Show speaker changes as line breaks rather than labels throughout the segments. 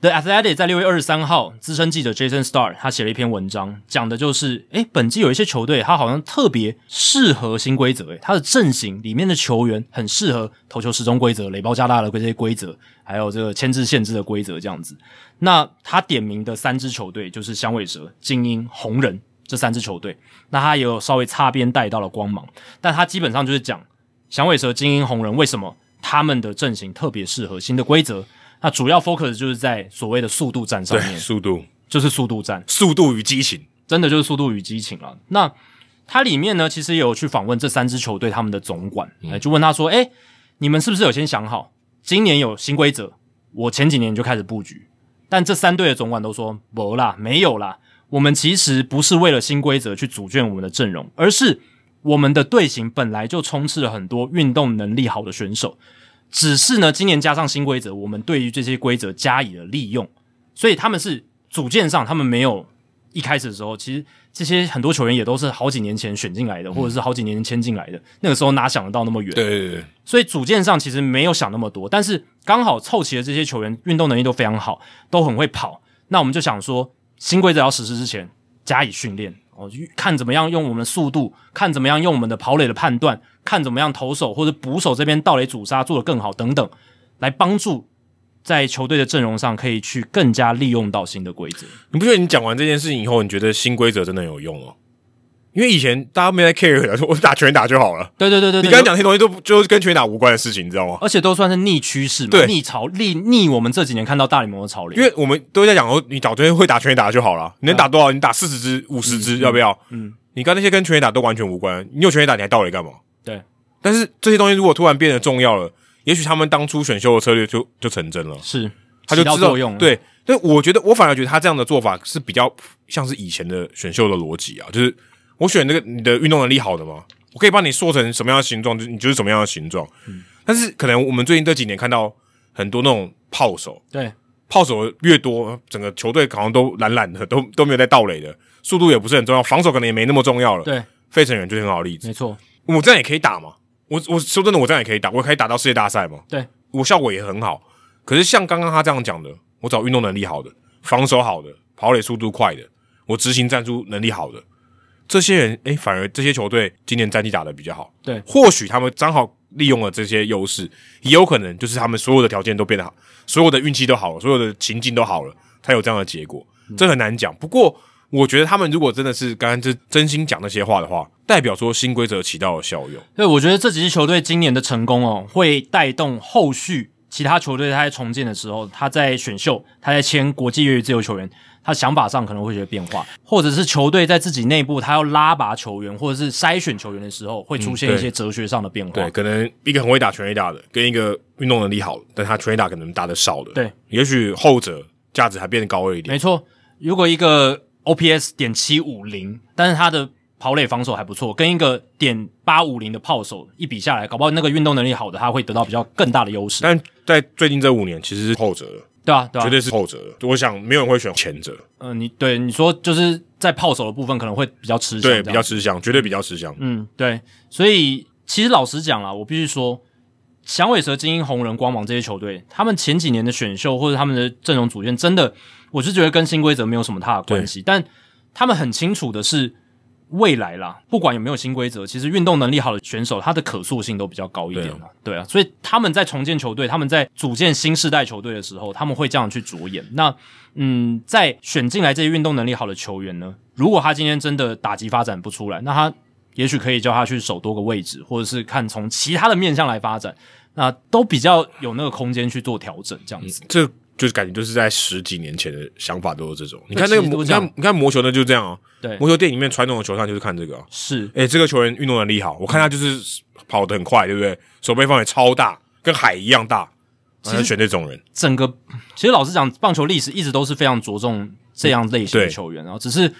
The Athletic 在六月二十三号，资深记者 Jason Starr 他写了一篇文章，讲的就是，诶，本季有一些球队，他好像特别适合新规则，诶，他的阵型里面的球员很适合投球时钟规则、垒包加大的这些规则，还有这个牵制限制的规则这样子。那他点名的三支球队就是响尾蛇、精英、红人这三支球队，那他也有稍微擦边带到了光芒，但他基本上就是讲响尾蛇、精英、红人为什么他们的阵型特别适合新的规则。那主要 focus 就是在所谓的速度战上
对，
面，
速度，
就是速度战，
速度与激情，
真的就是速度与激情了。那它里面呢，其实也有去访问这三支球队他们的总管，哎、就问他说：“哎、你们是不是有先想好，今年有新规则？我前几年就开始布局，但这三队的总管都说没啦，没有啦。我们其实不是为了新规则去组建我们的阵容，而是我们的队形本来就充斥了很多运动能力好的选手，只是呢，今年加上新规则，我们对于这些规则加以了利用，所以他们是组建上，他们没有一开始的时候，其实这些很多球员也都是好几年前选进来的，或者是好几年前签进来的，那个时候哪想得到那么远？
对对对，
所以组建上其实没有想那么多，但是刚好凑齐了这些球员，运动能力都非常好，都很会跑。那我们就想说，新规则要实施之前加以训练哦，看怎么样用我们的速度，看怎么样用我们的跑垒的判断，看怎么样投手或者捕手这边盗垒阻杀做得更好等等，来帮助在球队的阵容上可以去更加利用到新的规则。
你不觉得你讲完这件事情以后，你觉得新规则真的很有用哦？因为以前大家没在 care，的说我打拳打就好了。
对对对对
你
对，
刚才讲那些东西都不就是跟拳打无关的事情，你知道吗？
而且都算是逆趋势嘛，
对
逆潮逆逆我们这几年看到大联盟的潮流，
因为我们都在讲哦，你打拳会打拳打就好了，你能打多少？你打四十支、五十支，要不要？
嗯，
你刚那些跟拳打都完全无关，你有拳打你还倒垒干嘛？
对。
但是这些东西如果突然变得重要了，也许他们当初选秀的策略就就成真了。
是
他就
起到
知道
作用了
对，但我觉得我反而觉得他这样的做法是比较像是以前的选秀的逻辑啊，就是我选这个你的运动能力好的嘛，我可以帮你塑成什么样的形状，就你就是什么样的形状。
嗯
但是可能我们最近这几年看到很多那种炮手，
对
炮手越多，整个球队好像都懒懒的，都都没有在盗垒的，速度也不是很重要，防守可能也没那么重要了。，
对，
费城人就是很好的例子。
没错，
我这样也可以打嘛。我我说真的，我这样也可以打，我可以打到世界大赛嘛。
对，
我效果也很好。可是像刚刚他这样讲的，我找运动能力好的、防守好的、跑垒速度快的，我执行战术能力好的，这些人，诶，反而这些球队今年战绩打得比较好。
对
或许他们刚好利用了这些优势，也有可能就是他们所有的条件都变得好，所有的运气都好了，所有的情境都好了，才有这样的结果。
嗯
这很难讲。不过，我觉得他们如果真的是刚刚是真心讲那些话的话，代表说新规则起到了效用。
对，我觉得这几支球队今年的成功哦，会带动后续其他球队他在重建的时候，他在选秀，他在签国际业余自由球员，他想法上可能会有些变化，或者是球队在自己内部他要拉拔球员或者是筛选球员的时候，会出现一些哲学上的变化。
对，可能一个很会打全垒打的，跟一个运动能力好的，但他全垒打可能打的少的，
对，
也许后者价值还变得高了一点
没。错，如果一个 OPS 点七五零，但是他的跑垒防守还不错，跟一个点八五零的炮手一比下来，搞不好那个运动能力好的他会得到比较更大的优势。
但在最近这五年，其实是后者了，
对啊，对啊，
绝对是后者了。我想没有人会选前者，
嗯、你对你说就是在炮手的部分可能会比较吃香，
对，比较吃香，绝对比较吃香。
嗯，对，所以其实老实讲啦，我必须说，响尾蛇、精英、红人、光芒这些球队，他们前几年的选秀或者他们的阵容组建，真的我是觉得跟新规则没有什么太大的关系，但他们很清楚的是。未来啦，不管有没有新规则，其实运动能力好的选手，他的可塑性都比较高一点啦。对啊，所以他们在重建球队，他们在组建新世代球队的时候，他们会这样去着眼。那嗯，在选进来这些运动能力好的球员呢，如果他今天真的打击发展不出来，那他也许可以叫他去守多个位置，或者是看从其他的面向来发展，那都比较有那个空间去做调整，这样子。
这就是感觉就是在十几年前的想法都是这种。你看
其
那
实
个
都
魔，你
这样
看你看魔球呢，就是这样啊。
对
魔球电影里面传统的球探就是看这个、啊。
是，
诶、这个球员运动能力好，我看他就是跑得很快，对不对？手背范围超大，跟海一样大，然后选这种人。
整个其实老实讲，棒球历史一直都是非常着重这样类型的
对
球员，然啊后只是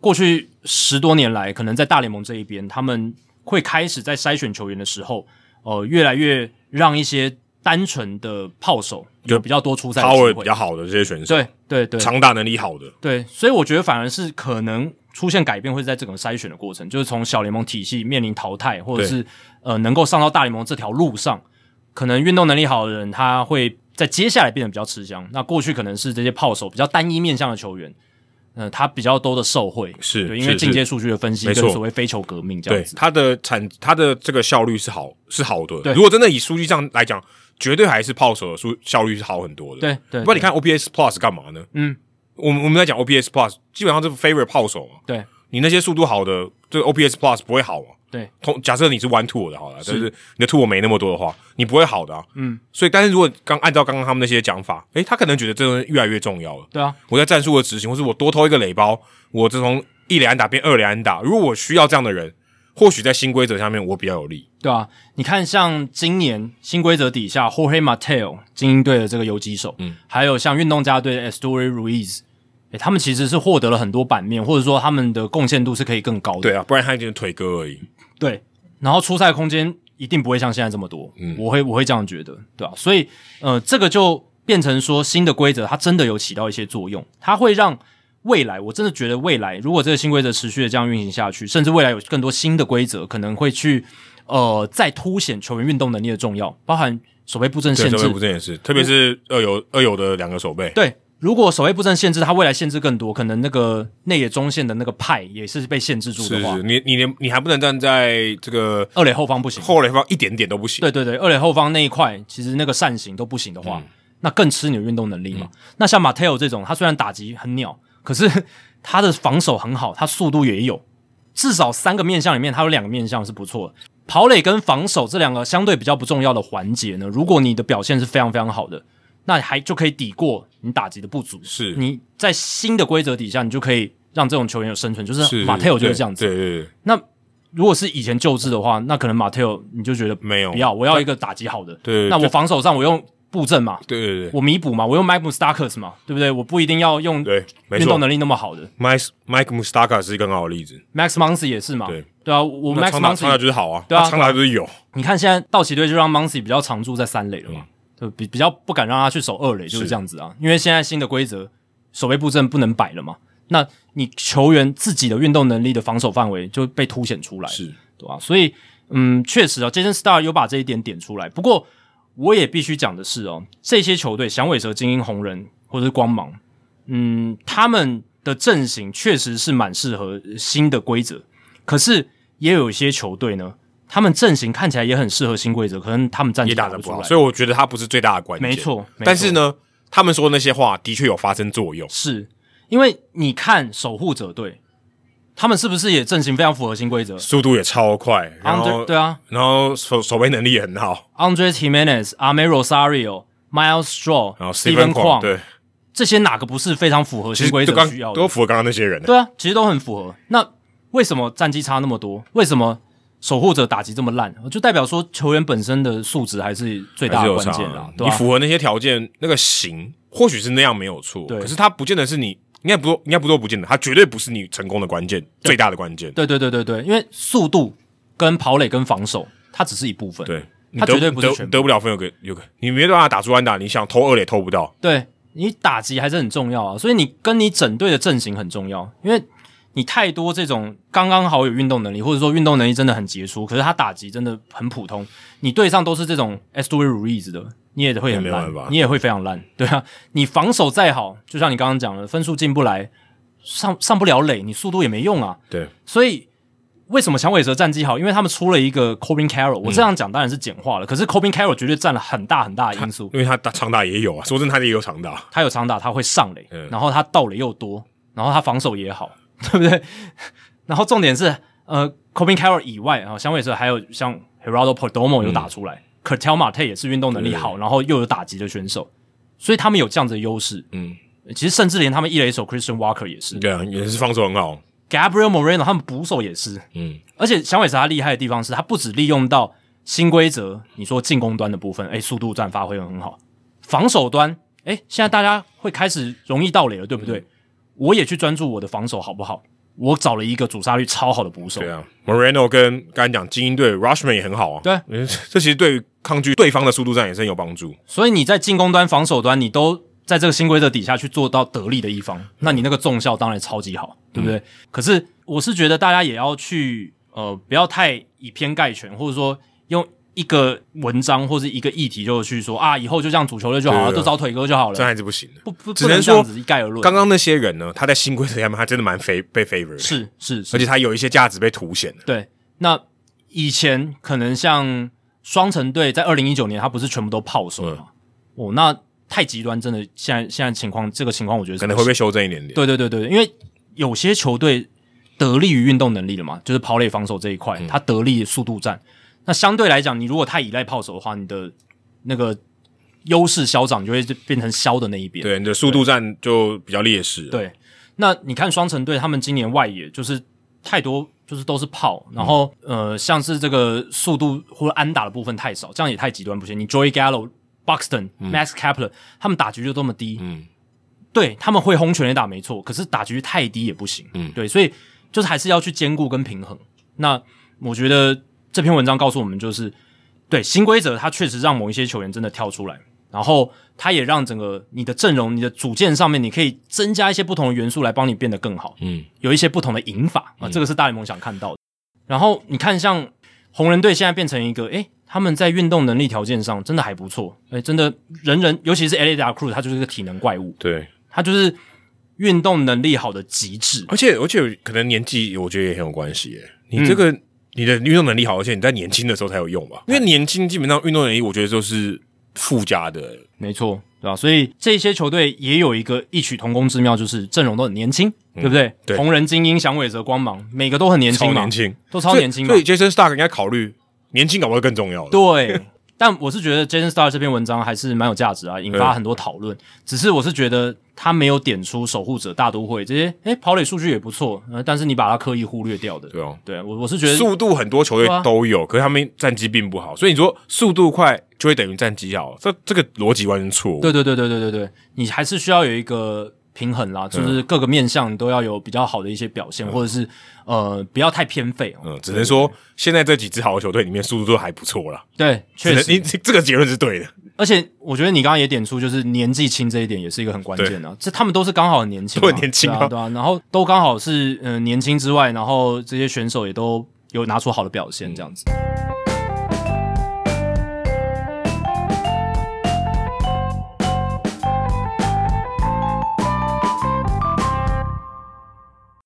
过去十多年来，可能在大联盟这一边，他们会开始在筛选球员的时候，呃，越来越让一些单纯的炮手有比较多出赛的
power
机
比
呃会。
较好的这些选手，
对对对，
长打能力好的，
对，所以我觉得反而是可能出现改变，会是在这个筛选的过程，就是从小联盟体系面临淘汰，或者是呃能够上到大联盟这条路上，可能运动能力好的人他会在接下来变得比较吃香。那过去可能是这些炮手比较单一面向的球员，嗯、他比较多的受贿，
是
对，
是
因为
是
进阶数据的分析
没
跟
错
所谓非球革命这样
对
子，
它的产它的这个效率是好是好的。
对
如果真的以数据上来讲，绝对还是炮手的数效率是好很多的。
对对
不然你看 OPS Plus 干嘛呢？
嗯，
我们我们在讲 OPS Plus，基本上是 favorite 炮手嘛。
对
你那些速度好的，这个 OPS Plus 不会好啊。
对，
同假设你是 one tour 的好了，但是你的 tour 没那么多的话，你不会好的啊。嗯，所以但是如果刚按照刚刚他们那些讲法，诶，他可能觉得这东西越来越重要了。
对啊，
我在战术的执行，或是我多投一个垒包，我这从一垒安打变二垒安打，如果我需要这样的人，或许在新规则下面我比较有利。
对啊，你看，像今年新规则底下，Jorge Mateo 精英队的这个游击手，嗯，还有像运动家队的 Estory Ruiz，诶、他们其实是获得了很多版面，或者说他们的贡献度是可以更高的。
对啊，不然他就是腿哥而已。
对，然后出赛空间一定不会像现在这么多，我会我会这样觉得，对吧、所以呃，这个就变成说新的规则它真的有起到一些作用，它会让未来我真的觉得未来如果这个新规则持续的这样运行下去，甚至未来有更多新的规则可能会去呃再凸显球员运动能力的重要，包含守备布阵
对，
限
这
制
位，不正也是，特别
嗯
是二游二游的两个手背，
对，如果守备布阵限制，它未来限制更多，可能那个内野中线的那个派也是被限制住
是
的话
是，，你你连你还不能站在这个
二垒后方不行。
后垒方一点点都不行。
对对对，二垒后方那一块，其实那个扇形都不行的
嗯
话，那更吃你的运动能力嘛。那像马 t 尔这种，他虽然打击很鸟，可是 他的防守很好，他速度也有，至少三个面向里面，他有两个面向是不错的。跑垒跟防守这两个相对比较不重要的环节呢，如果你的表现是非常非常好的，那还就可以抵过你打击的不足。
是
你在新的规则底下，你就可以让这种球员有生存，就是
是
马 t 尔就是这样子。
对对对，
那如果是以前旧制的话，那可能马特尔你就觉得
没有
不要，我要一个打击好的。
对
那我
就
防守上我用布阵嘛，
对对对
我弥补嘛，我用 Mike Mustakas 嘛，对不对？我不一定要用
对，没
运动
错。
能力那么好的
Mike Mike Mustaka 是一个很好的例子，
Max Muncy 也是嘛，
对
啊，我
那
Max
长打长打
Muncy
就是好啊，
对啊
那长打就是有，
你看现在道奇队就让 Muncy 比较常驻在三垒了
嗯
嘛，就比比较不敢让他去守二垒，就是
是
这样子啊。因为现在新的规则，守备布阵不能摆了嘛，那你球员自己的运动能力的防守范围就被凸显出来了。
是
对吧、所以，嗯，确实啊，Jason Star 有把这一点点出来。不过，我也必须讲的是哦，这些球队，响尾蛇、精英、红人或者是光芒，嗯，他们的阵型确实是蛮适合呃新的规则。可是，也有一些球队呢，他们阵型看起来也很适合新规则，可能他们战绩
也打
得
得
出
不
来。
好，所以我觉得他不是最大的关键，
没错没错
但是呢，他们说的那些话的确有发生作用，
是因为你看守护者队，他们是不是也阵型非常符合新规则
速度也超快，然后
Andre- 对啊，
然后手手背能力也很好，
Andre Jimenez、a m e Rosario、Miles Straw、
然后
Steven
Steven Kwon
Kwong，
对，
这些哪个不是非常符合
其
新
实
规
就
则
刚
需要的
都？符合刚刚那些人，
对啊，其实都很符合。那为什么战绩差那么多？为什么守护者打击这么烂？就代表说球员本身的素质还是最大
还是
的
有
关
差
键
啊
啦，对
你
吧、
符合那些条件，那个型或许是那样没有错，
对
可是他不见得是你。应该不说，应该不说不见得，他绝对不是你成功的关键，最大的关键。
对对对对对，因为速度跟跑垒跟防守，它只是一部分。
对，你
他
得
绝对不是全
得
部
得不了分，有个有个，你没办法打出安打，你想投二垒投不到，
对你打击还是很重要啊，所以你跟你整队的阵型很重要，因为你太多这种刚刚好有运动能力，或者说运动能力真的很杰出，可是他打击真的很普通，你对上都是这种 e s t o r Ruiz 的，你也会很
也没
烂
办法，
你也会非常烂，对啊，你防守再好，就像你刚刚讲的，分数进不来，上上不了垒，你速度也没用啊，
对，
所以为什么响尾蛇战绩好？因为他们出了一个 Corbin Carroll，我这样讲当然是简化了，可是 Corbin Carroll 绝对占了很大很大的因素。
因为他打长打也有啊，说真的，他也有长打，
他有长打，他会上垒，
嗯
然后他盗垒又多，然后他防守也好， 对不对？然后重点是，呃 c o b i n Carroll 以外啊，响尾蛇还有像 Geraldo Perdomo 有打出来、c u r t e l Marte 也是运动能力好，然后又有打击的选手，所以他们有这样子的优势。
嗯，
其实甚至连他们一垒手 Christian Walker 也是、
对啊，也是防守很好，
Gabriel Moreno 他们捕手也是，
嗯，
而且响尾蛇它厉害的地方是，它不只利用到新规则，你说进攻端的部分，哎，速度战发挥得很好，防守端，哎，现在大家会开始容易盗垒了，对不
嗯
对？我也去专注我的防守好不好？我找了一个主杀率超好的捕手
对，啊，Moreno 跟刚才讲精英队 Rushman 也很好啊，
对
嗯，这其实对于抗拒对方的速度战也是很有帮助，
所以你在进攻端、防守端，你都在这个新规则底下去做到得力的一
嗯
方，那你那个重效当然超级好，对不对？可是我是觉得大家也要去呃，不要太以偏概全，或者说用一个文章或是一个议题就去说啊，以后就这样足球队就好了，
对对对
都找腿哥就好
这
了，
还是不行的。
不不
只
不能
能
这样
说
子一概而论。
刚刚那些人呢，他在新规则下面，他真的蛮 fa 被 favor，的
是是是
而且他有一些价值被凸显的。
对，那以前可能像双城队在二零一九年，他不是全部都炮手
嗯
吗？哦，那太极端，真的现在现在情况这个情况，我觉得是
可能会被修正一点点。
对对对对，因为有些球队得力于运动能力了嘛，就是跑垒防守这一块，他得力速度战。那相对来讲，你如果太依赖炮手的话，你的那个优势消长就会变成消的那一边。
对，你的速度战就比较劣势。，
对，那你看双城队他们今年外野就是太多，就是都是炮，然后、呃，像是这个速度或者安打的部分太少，这样也太极端不行。你 Joey Gallo、Buxton、Max Kepler 他们打局就这么低，
嗯，
对他们会轰全垒打没错，可是打局太低也不行，
嗯
对，所以就是还是要去兼顾跟平衡。那我觉得这篇文章告诉我们，就是对新规则，它确实让某一些球员真的跳出来，然后它也让整个你的阵容、你的组件上面，你可以增加一些不同的元素来帮你变得更好，
嗯，
有一些不同的赢法啊，这个是大联盟想看到的。然后你看，像红人队现在变成一个，诶，他们在运动能力条件上真的还不错，诶，真的人人，尤其是 L A D Cruz，他就是个体能怪物，
对，
他就是运动能力好的极致。
而且而且可能年纪，我觉得也很有关系耶。
嗯
你这个、你的运动能力好，而且你在年轻的时候才有用吧？因为年轻基本上运动能力，我觉得就是附加的。
没错，对啊吧？所以这些球队也有一个异曲同工之妙，就是阵容都很年轻，对不嗯对？
对
红人、精英、响尾蛇、光芒，每个都很年轻
超
嘛，
年轻，
都超年轻嘛
所以。所以 Jason Stark 应该考虑年轻，搞不好更重要了。
对，但我是觉得 Jason Star 这篇文章还是蛮有价值啊，引发
对
很多讨论。只是我是觉得他没有点出守护者、大都会这些，诶，跑垒数据也不错，呃，但是你把它刻意忽略掉的。
对哦，
对我我是觉得
速度很多球
对啊
队都有，可是他们战绩并不好，所以你说速度快就会等于战绩好，这这个逻辑完全错误。
对对对对对对对，你还是需要有一个平衡
嗯
啦，就是各个面向你都要有比较好的一些表现，或者是呃不要太偏废、哦。
嗯，只能说现在这几支好的球队里面，速度都还不错啦。
对，
只
确
能
实，
你这这个结论是对的，
而且我觉得你刚刚也点出，就是年纪轻这一点也是一个很关键的、这他们都是刚好很年轻嘛，
都很年轻啊
对啊，对啊，然后都刚好是嗯、呃年轻之外，然后这些选手也都有拿出好的表现，这样子。